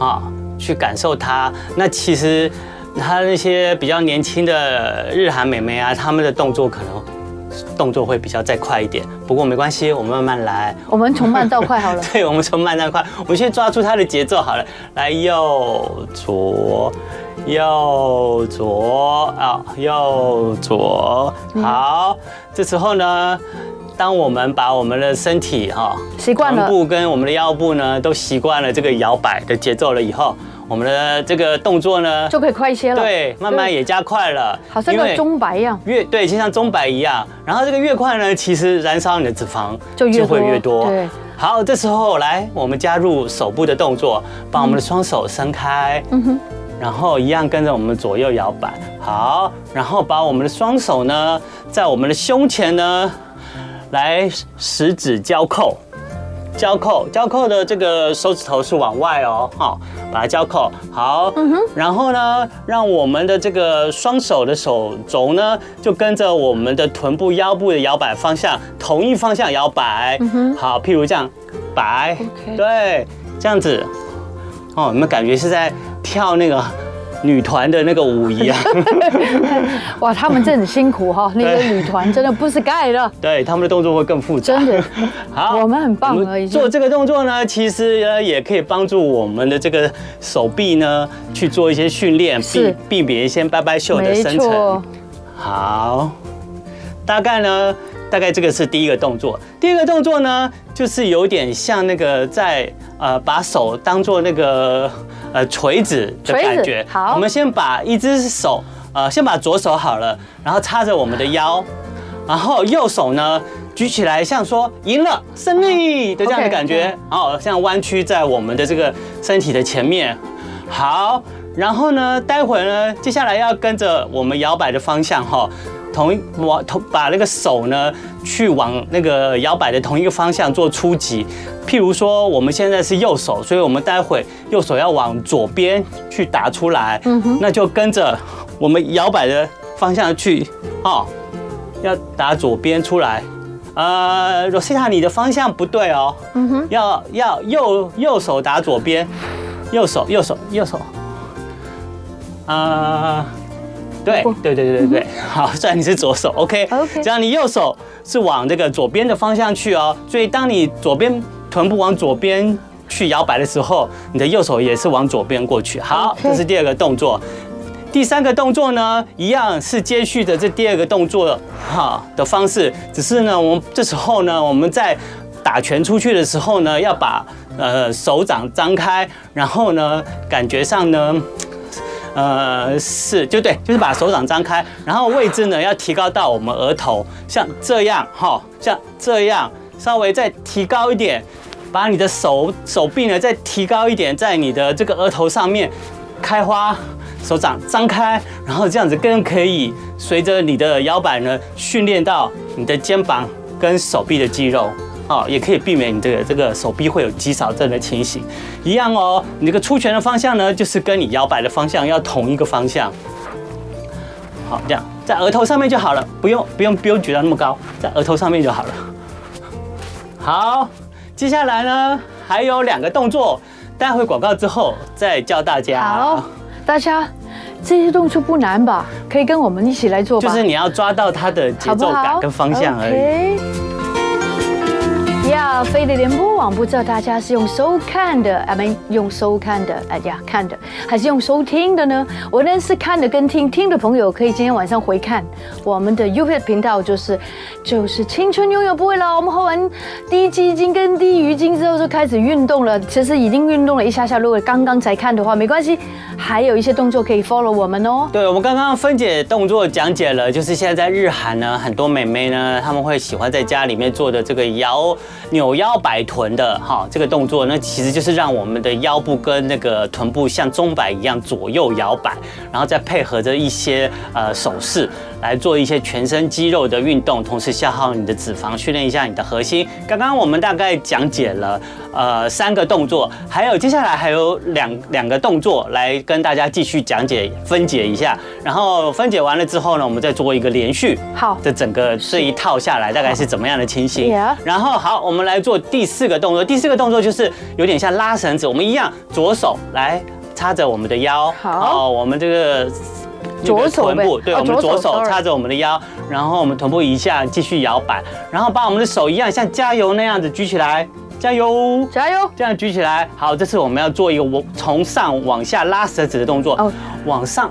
S2: 啊，去感受它。那其实他那些比较年轻的日韩美眉啊，他们的动作可能动作会比较再快一点，不过没关系，我们慢慢来。。
S1: 我们从慢到快好了
S2: 对，我们从慢到快，我们先抓住它的节奏好了。来，右左，右左啊，右左。好，这时候呢，当我们把我们的身体哈、
S1: 习惯了
S2: 臀部跟我们的腰部呢都习惯了这个摇摆的节奏了以后，我们的这个动作呢，
S1: 就可以快一些了。
S2: 对，慢慢也加快了，
S1: 好像
S2: 因为
S1: 个钟摆一样。
S2: 越对，就像钟摆一样。然后这个越快呢，其实燃烧你的脂肪
S1: 就越多
S2: 会越多。
S1: 对，
S2: 好，这时候来，我们加入手部的动作，把我们的双手伸开，
S1: 嗯哼，
S2: 然后一样跟着我们左右摇摆。好，然后把我们的双手呢，在我们的胸前呢，来十指交扣。交扣，交扣的这个手指头是往外哦，好、把它交扣好。
S1: 嗯
S2: 然后呢，让我们的这个双手的手肘呢，就跟着我们的臀部、腰部的摇摆方向，同一方向摇摆。好，譬如这样摆
S1: 嗯 OK
S2: 对，这样子。哦，你们感觉是在跳那个女团的那个舞 一样。
S1: 哇，他们真的很辛苦哈、 那个女团真的不是盖的，
S2: 对，他们的动作会更复杂。
S1: 真的。
S2: 好，
S1: 我们很棒啊
S2: 我们
S1: 已经
S2: 做这个动作呢，其实呢也可以帮助我们的这个手臂呢去做一些训练，避
S1: 是
S2: 避免一些拜拜袖的
S1: 没
S2: 生成
S1: 错。，
S2: 好，大概呢，大概这个是第一个动作。第二个动作呢，就是有点像那个在呃把手当做那个呃锤子的感
S1: 锤
S2: 觉
S1: 子。好
S2: 我们先把一只手呃先把左手好了，然后插着我们的腰，然后右手呢。举起来，像说赢了，胜利的这样的
S1: OK，
S2: 感觉，然后像弯曲在我们的这个身体的前面，好，然后呢，待会儿呢，接下来要跟着我们摇摆的方向哈、同一往同把那个手呢，去往那个摇摆的同一个方向做出击。譬如说，我们现在是右手，所以我们待会右手要往左边去打出来，嗯哼，那就跟着我们摇摆的方向去哦，要打左边出来。呃，Rosita，你的方向不对哦，嗯哼，要要右右手打左边，右手，右手，右手。啊、对
S1: 过
S2: 对对对对对， 好，虽然你是左手，OK，,
S1: OK
S2: 只要你右手是往这个左边的方向去哦，所以当你左边臀部往左边去摇摆的时候，你的右手也是往左边过去。好
S1: OK
S2: 这是第二个动作。第三个动作呢，一样是接续的这第二个动作哈的方式，只是呢，我们这时候呢，我们在打拳出去的时候呢，要把呃手掌张开，然后呢，感觉上呢。呃，是，就对，就是把手掌张开，然后位置呢要提高到我们额头，像这样哈，像这样，稍微再提高一点，把你的手手臂呢再提高一点，在你的这个额头上面开花，手掌张开，然后这样子更可以随着你的摇摆呢训练到你的肩膀跟手臂的肌肉。哦，也可以避免你这个这个手臂会有肌少症的情形，一样哦。你这个出拳的方向呢，就是跟你摇摆的方向要同一个方向。好，这样在额头上面就好了，不用不用不用举到那么高，在额头上面就好了。好，接下来呢还有两个动作，待会广告之后再教大家。
S1: 好，大家这些动作不难吧？可以跟我们一起来做吧，
S2: 就是你要抓到它的节
S1: 好不
S2: 奏
S1: 好
S2: 感跟方向而已。
S1: OK 呀飞碟联播网不知道大家是用收看的，啊没用收看的，哎呀看的，还是用收听的呢？我认识看的跟听听的朋友，可以今天晚上回看我们的 YouTube 频道，就是就是青春永远不会老。我们喝完低基金跟低鱼精之后就开始运动了，其实已经运动了一下下。如果刚刚才看的话，没关系，还有一些动作可以 follow 我们哦。
S2: 对，我们刚刚分解动作讲解了，就是现在在日韩呢，很多美眉呢，她们会喜欢在家里面做的这个摇扭腰摆臀的哈，这个动作，那其实就是让我们的腰部跟那个臀部像钟摆一样左右摇摆，然后再配合着一些呃手势来做一些全身肌肉的运动，同时消耗你的脂肪，训练一下你的核心。刚刚我们大概讲解了呃三个动作，还有接下来还有两两个动作来跟大家继续讲解分解一下，然后分解完了之后呢，我们再做一个连续。
S1: 好
S2: 这整个这一套下来大概是怎么样的情形
S1: Yeah？
S2: 然后好，我们来做第四个动作。第四个动作就是有点像拉绳子，我们一样，左手来插着我们的腰，
S1: 好
S2: 哦，我们这个。
S1: 左手呗
S2: 臀部，对，
S1: 哦
S2: 我们
S1: 左
S2: 左
S1: 手
S2: 手
S1: sorry
S2: 插着我们的腰，然后我们臀部一下继续摇摆，然后把我们的手一样像加油那样子举起来，加油，
S1: 加油！
S2: 这样举起来。好，这次我们要做一个我从上往下拉绳子的动作
S1: 哦，
S2: 往上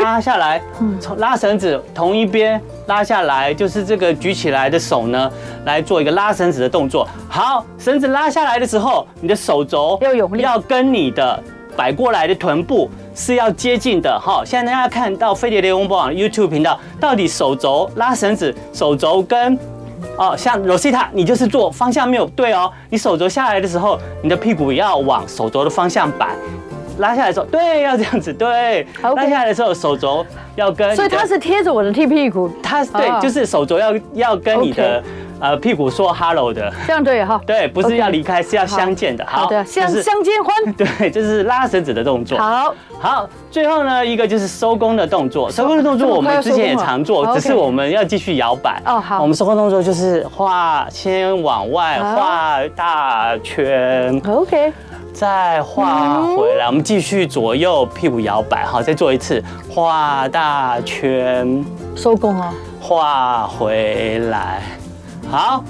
S2: 拉下来，从拉绳子同一边拉下来，就是这个举起来的手呢，来做一个拉绳子的动作。好，绳子拉下来的时候，你的手肘
S1: 要有力
S2: 要跟你的摆过来的臀部是要接近的哈。现在大家看到飞碟联盟网 YouTube 频道，到底手肘拉绳子，手肘跟哦，像 Rosita，你就是做方向没有对哦。你手肘下来的时候，你的屁股要往手肘的方向摆。拉下来的时候，对，要这样子，对。
S1: OK
S2: 拉下来的时候，手肘要跟你的。
S1: 所以他是贴着我的屁屁股，
S2: 他
S1: 哦
S2: 对，就是手肘要要跟你
S1: OK
S2: 的呃屁股说 hello 的，
S1: 这样对哈？
S2: 对，不
S1: OK
S2: 是要离开，是要相见的。
S1: 好的，相
S2: 就是
S1: 相见欢。
S2: 对，这是拉绳子的动作。
S1: 好，
S2: 好，最后呢，一个就是收工的动作。收工的动
S1: 这
S2: 作
S1: 么
S2: 我
S1: 快
S2: 们
S1: 要
S2: 之前也
S1: 收工了
S2: 常做
S1: 好，
S2: 只是
S1: OK
S2: 我们要继续摇摆。
S1: 哦好
S2: 我们收工动作就是画，先往外
S1: 好
S2: 画大圈，
S1: OK，
S2: 再画回
S1: 嗯
S2: 来。我们继续左右屁股摇摆，好，再做一次，画大圈，
S1: 收工哦。
S2: 画回来。好。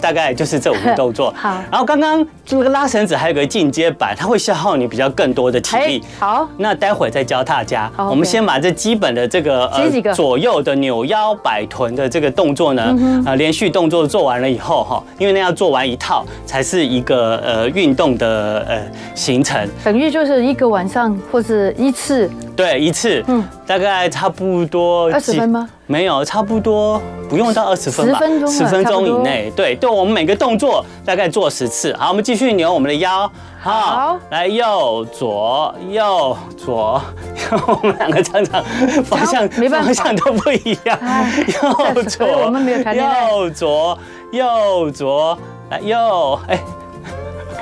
S2: 大概就是这五个动作。
S1: 好
S2: 然后刚刚这个拉绳子还有个进阶版，它会消耗你比较更多的体
S1: 哎
S2: 力。，
S1: 好，
S2: 那待会再教大家。
S1: 好
S2: 我们
S1: OK
S2: 先把这基本的这个呃
S1: 这几个嗯
S2: 左右的扭腰摆臀的这个动作呢，呃，连续动作做完了以后哈，因为那要做完一套才是一个呃运动的呃行程。
S1: 等于就是一个晚上或者一次
S2: 对，一次，
S1: 嗯
S2: 大概差不多
S1: 20
S2: 几
S1: 分吗？
S2: 没有，差不多不用到二十分吧，
S1: 10分钟啊
S2: 10分
S1: 差不
S2: 钟
S1: 多
S2: 以内。对，对我们每个动作大概做十次。好，我们继续扭我们的腰，好，
S1: 好
S2: 来右左右左， 我们两个常常方向
S1: 没办法
S2: 方向都不一样
S1: 哎，
S2: 右
S1: 所以
S2: 左
S1: 我们没有谈恋爱
S2: 右左右左，来右，哎，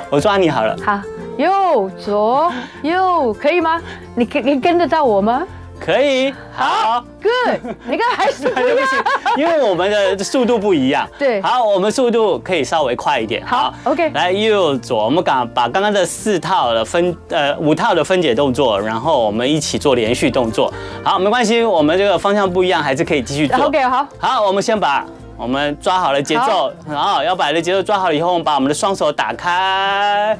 S2: 我抓你好了。
S1: 好，右左右，可以吗？你跟你跟得到我吗
S2: 可以，好，
S1: ？Good，你看还是不
S2: 对不
S1: 一
S2: 起
S1: 样。，
S2: 因为我们的速度不一样。
S1: 对
S2: 好，我们速度可以稍微快一点。
S1: 好，OK
S2: 来右左，我们刚把刚刚的四套的分呃五套的分解动作，然后我们一起做连续动作。好，没关系，我们这个方向不一样，还是可以继续做。
S1: OK，好，
S2: 好，我们先把我们抓好了节奏，然后要把的节奏抓好了以后，我们把我们的双手打开。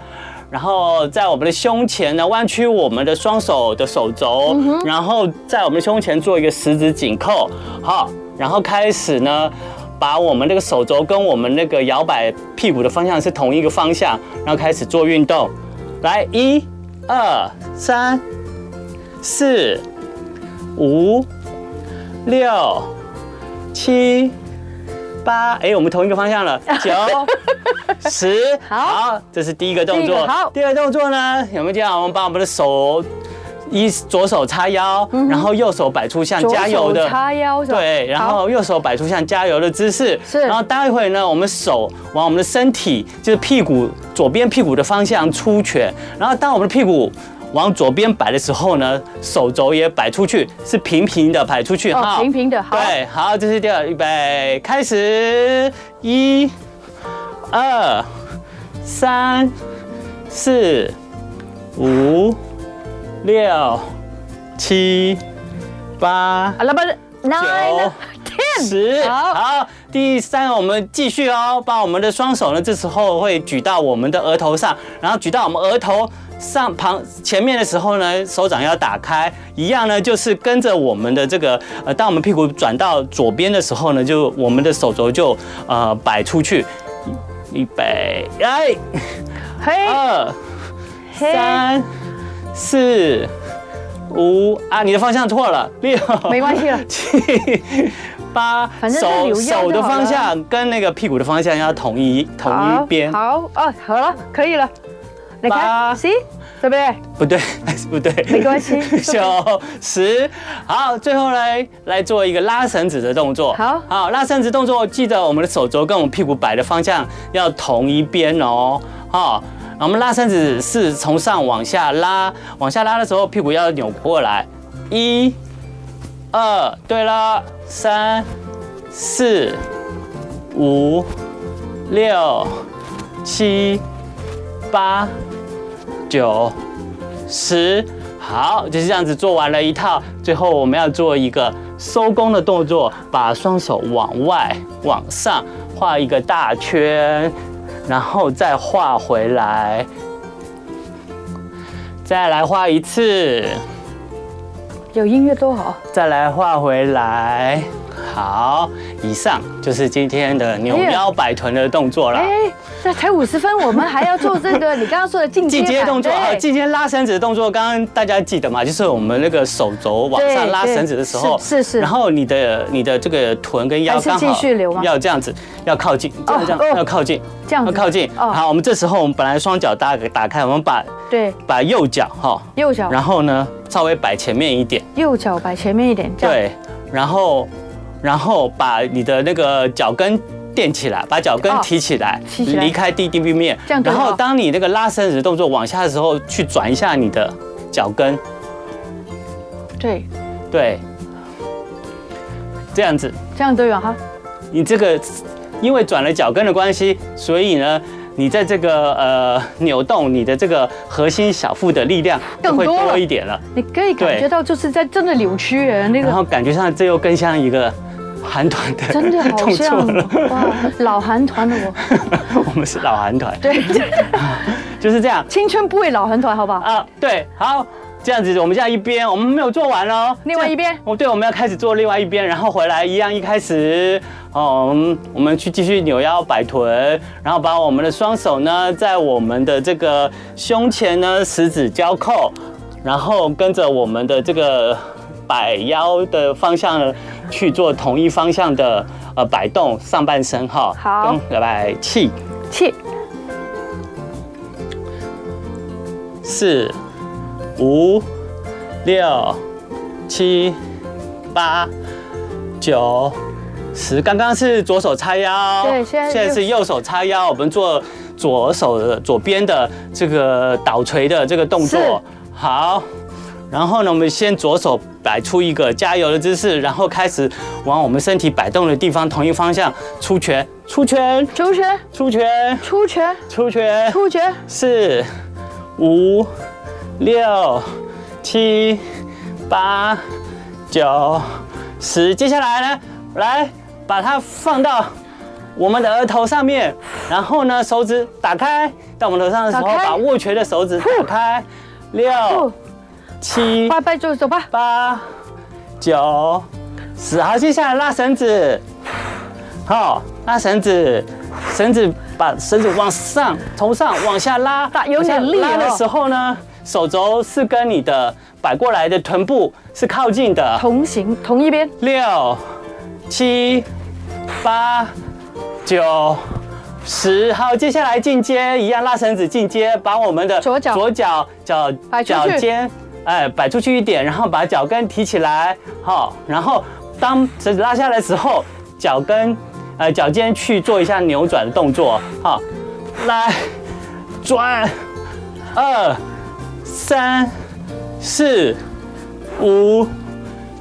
S2: 然后在我们的胸前呢，弯曲我们的双手的手肘，然后在我们的胸前做一个十指紧扣，好，然后开始呢，把我们那个手肘跟我们那个摇摆屁股的方向是同一个方向，然后开始做运动，来，一、二、三、四、五、六、七、八，哎，我们同一个方向了， 九、十，
S1: 好，
S2: 这是第一个动
S1: 第一个
S2: 作。
S1: 好
S2: 第二个动作呢，有没有这样？我们把我们的手。一左手叉腰，然后右手摆出
S1: 嗯
S2: 像
S1: 左
S2: 加油的
S1: 手叉腰是吧
S2: 对，然
S1: 好
S2: 后右手摆出像加油的姿势，
S1: 是
S2: 然后待会呢，我们手往我们的身体，就是屁股左边屁股的方向出拳，然后当我们的屁股。往左边摆的时候呢，手肘也摆出去，是平平的摆出去
S1: 哦
S2: 哈、
S1: 平平的好
S2: 对，好，这是第二，预备，开始，一、二、三、四、五、六、七、八。
S1: 啊，那么 nine
S2: 九
S1: ten ten，
S2: 十
S1: 好
S2: 好，第三个我们继续哦，把我们的双手呢，这时候会举到我们的额头上，然后举到我们额头上旁前面的时候呢，手掌要打开，一样呢就是跟着我们的这个呃，当我们屁股转到左边的时候呢，就我们的手肘就呃摆出去，预备，来，
S1: 嘿
S2: 二
S1: 嘿，
S2: 三四五啊，你的方向错了，六，
S1: 没关系了。
S2: 七 八，
S1: 反正就
S2: 手
S1: 留样就好
S2: 手的方向跟那个屁股的方向要同一 同
S1: 好
S2: 一边，
S1: 好哦，好了，可以了。你
S2: 八
S1: 看，see，对不对？
S2: 不对， 还是不对，
S1: 没关 系
S2: 九十，好，最后来来做一个拉绳子的动作。
S1: 好
S2: 好，拉绳子动作，记得我们的手肘跟我们屁股摆的方向要同一边哦。好，我们拉绳子是从上往下拉，往下拉的时候屁股要扭过来。一，二，对了，三，四，五，六，七，八，九。十。好，就是这样子做完了一套，最后我们要做一个收工的动作，把双手往外、往上画一个大圈，然后再画回来，再来画一次，
S1: 有音乐多好。
S2: 再来画回来。好，以上就是今天的扭
S1: 哎呀
S2: 腰摆臀的动作了。
S1: 哎，这才五十分，我们还要做这个你刚刚说的进阶
S2: 进
S1: 版
S2: 阶动作啊，
S1: 对
S2: 进阶拉绳子的动作，刚刚大家记得嘛？就是我们那个手肘往上拉绳子的时
S1: 对
S2: 候，
S1: 对是是是
S2: 然后你的你的这个臀跟腰
S1: 还是
S2: 刚好
S1: 继续留吗
S2: 要这样子，要靠近，这样
S1: 哦
S2: 这样、
S1: 哦
S2: 要靠近，
S1: 这样
S2: 要
S1: 子
S2: 靠近。
S1: 哦
S2: 好，我们这时候我们本来双脚打打开，我们把
S1: 对，
S2: 把右脚哈，
S1: 右脚
S2: 然后呢稍微摆前面一点，
S1: 右脚摆前面一点，这样
S2: 对，然后然后把你的那个脚跟。垫起来，把脚跟
S1: 哦
S2: 提起来，
S1: 提起来
S2: 离开地地面。
S1: 这样对哦
S2: 然
S1: 吗
S2: 后当你那个拉伸的动作往下的时候，去转一下你的脚跟，
S1: 对，
S2: 对，这样子。
S1: 这样对吧？哈，
S2: 你这个因为转了脚跟的关系，所以呢，你在这个呃扭动你的这个核心小腹的力量就
S1: 更
S2: 会
S1: 多了
S2: 多一点了，
S1: 你可以感
S2: 对
S1: 觉到就是在真的扭曲耶，那
S2: 然
S1: 个
S2: 后感觉上这又更像一个韩团 的
S1: 真的好
S2: 动作
S1: 像
S2: 了。
S1: 哇，老韩团的我，
S2: 我们是老韩团，
S1: 对，
S2: 就是这样
S1: 青春不为老韩团，好不好？
S2: 啊。对，好，这样子，我们现在一边我们没有做完哦，
S1: 另外一边
S2: 这样哦，对，我们要开始做另外一边，然后回来一样，一开始，哦，我们我们去继续扭腰摆臀，然后把我们的双手呢，在我们的这个胸前呢十指交扣，然后跟着我们的这个摆腰的方向去做同一方向的呃摆动上半身哈，
S1: 好
S2: 跟来气
S1: 气，
S2: 四、五、六、七、八、九、十。刚刚是左手叉腰，
S1: 对现在是
S2: 是右手叉腰。我们做左手的左边的这个倒垂的这个动
S1: 是
S2: 作。好，然后呢，我们先左手摆出一个加油的姿势，然后开始往我们身体摆动的地方同一方向出拳，出拳，
S1: 出拳，
S2: 出拳，
S1: 出拳，
S2: 出拳。
S1: 出拳，
S2: 四、五、六、七、八、九、十。接下来呢，来把它放到我们的额头上面，然后呢，手指打开，到我们头上的时候，
S1: 打开
S2: 把握拳的手指打开。
S1: 不
S2: 六、，七、
S1: 拜拜，走走吧，
S2: 八、九、十。好，接下来拉绳子，好，拉绳子，绳子把绳子往上，从上往下拉，
S1: 大有点力哦
S2: 往下拉的时候呢，手肘是跟你的摆过来的臀部是靠近的。
S1: 同行同一边，
S2: 六、七、八、九、十。好，接下来进阶一样拉绳子进阶，把我们的
S1: 左脚
S2: 左脚脚
S1: 摆出
S2: 脚
S1: 去
S2: 尖哎摆出去一点，然后把脚跟提起来，好，然后当绳子拉下来的时候，脚跟呃脚尖去做一下扭转的动作，好，来转二三四五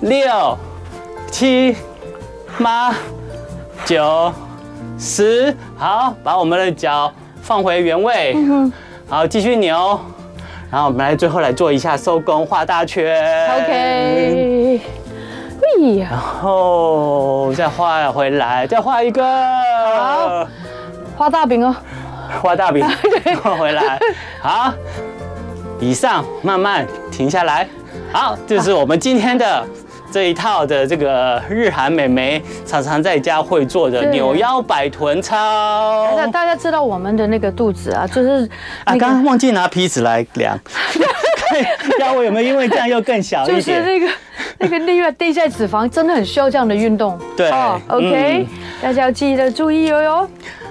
S2: 六七八九十，好，把我们的脚放回原位，好，继续扭。然后我们来最后来做一下收工，画大圈。
S1: OK，以呀、
S2: 后哦再画回来，再画一个
S1: 好，画大饼哦。
S2: 画 大饼，画回来，好，以上慢慢停下来，好，这是我们今天的。这一套的这个日韩美眉常常在家会做的
S1: 对哎
S2: 扭腰摆臀操，
S1: 那大家知道我们的那个肚子啊，就是
S2: 啊，
S1: 那
S2: 刚刚
S1: 个，
S2: 忘记拿皮尺来 量，看腰围有没有因为这样又更小
S1: 就
S2: 一
S1: 是
S2: 点？
S1: 那个那个内外内在脂肪真的很需要这样的运动。
S2: 对嗯
S1: 哦，OK，大家要记得注意哦哟。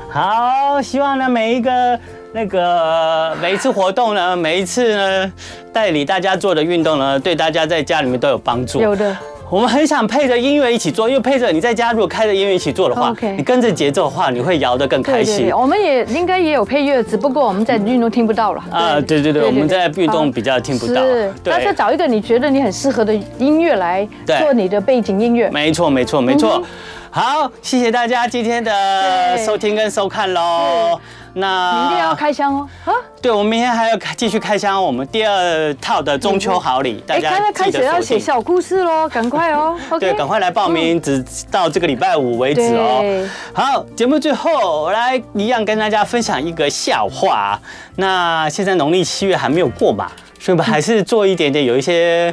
S2: 好，希望呢每一个那个每一次活动呢，每一次呢代理大家做的运动呢，对大家在家里面都有帮助。
S1: 有的，
S2: 我们很想配着音乐一起做，因为配着你在家如果开着音乐一起做的话
S1: 哦 OK
S2: 你跟着节奏的话，你会摇得更开
S1: 对
S2: 心。
S1: 对哦对，我们也应该也有配乐，只不过我们在运动听不到了。
S2: 啊，对对对，我们在运动比较听不到。
S1: 是，大家找一个你觉得你很适合的音乐来
S2: 对
S1: 做你的背景音乐。
S2: 没错，没错，没
S1: 嗯
S2: 错。好，谢谢大家今天的
S1: 对
S2: 收听跟收看喽。那
S1: 你一定要开箱哦！啊，
S2: 对，我们明天还要开继续开箱我们第二套的中秋好礼，大
S1: 哎，
S2: 家
S1: 开开
S2: 记得
S1: 始要
S2: 锁
S1: 写
S2: 定。
S1: 小故事喽，赶快 哦 ！OK，嗯
S2: 对，赶快来报名，直到这个礼拜五为止哦
S1: 对。
S2: 好，节目最后我来一样跟大家分享一个笑话。啊那现在农历七月还没有过嘛，所以我们还是做一点点有一些，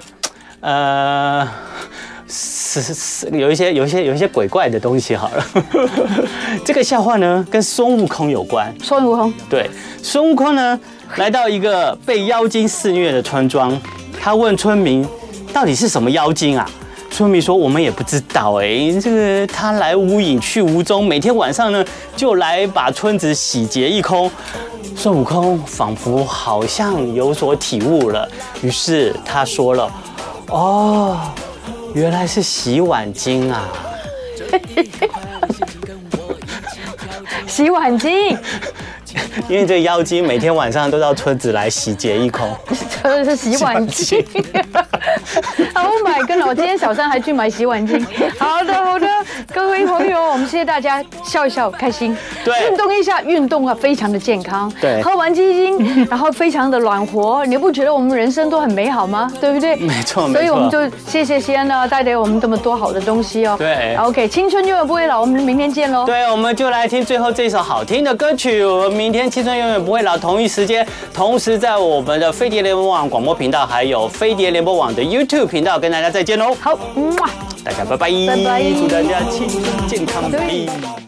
S2: 呃。是是是，有一些有一些有一些鬼怪的东西好了。 这个笑话呢，跟孙悟空有关。
S1: 孙悟空，
S2: 对，孙悟空呢来到一个被妖精肆虐的村庄，他问村民到底是什么妖精啊？村民说我们也不知道哎、这个他来无影去无踪，每天晚上呢就来把村子洗劫一空。孙悟空仿佛好像有所体悟了，于是他说了：“哦，原来是洗碗精啊。”
S1: 洗碗巾，
S2: 因为这妖精每天晚上都到村子来洗劫一空。
S1: 这是 洗碗巾。oh my god！我今天早上还去买洗碗巾。好的，好的，各位朋友，我们谢谢大家，笑一笑，开心。
S2: 对
S1: 运动一下，运动啊，非常的健康。
S2: 对
S1: 喝完鸡 精，然后非常的暖和，你不觉得我们人生都很美好吗？对不对？
S2: 没错没错
S1: 所以我们就谢谢西安呢，带给我们这么多好的东西哦。
S2: 对
S1: OK，青春永远不会老，我们明天见 喽。
S2: 对，我们就来听最后这首好听的歌曲。我们明天《青春永远不会老》同一时间，同时在我们的飞碟联播网广播频道，还有飞碟联播网的 YouTube 频道跟大家再见喽！
S1: 好，嗯。
S2: 大家拜拜，
S1: 拜拜
S2: 祝大家青春健康美丽
S1: 对。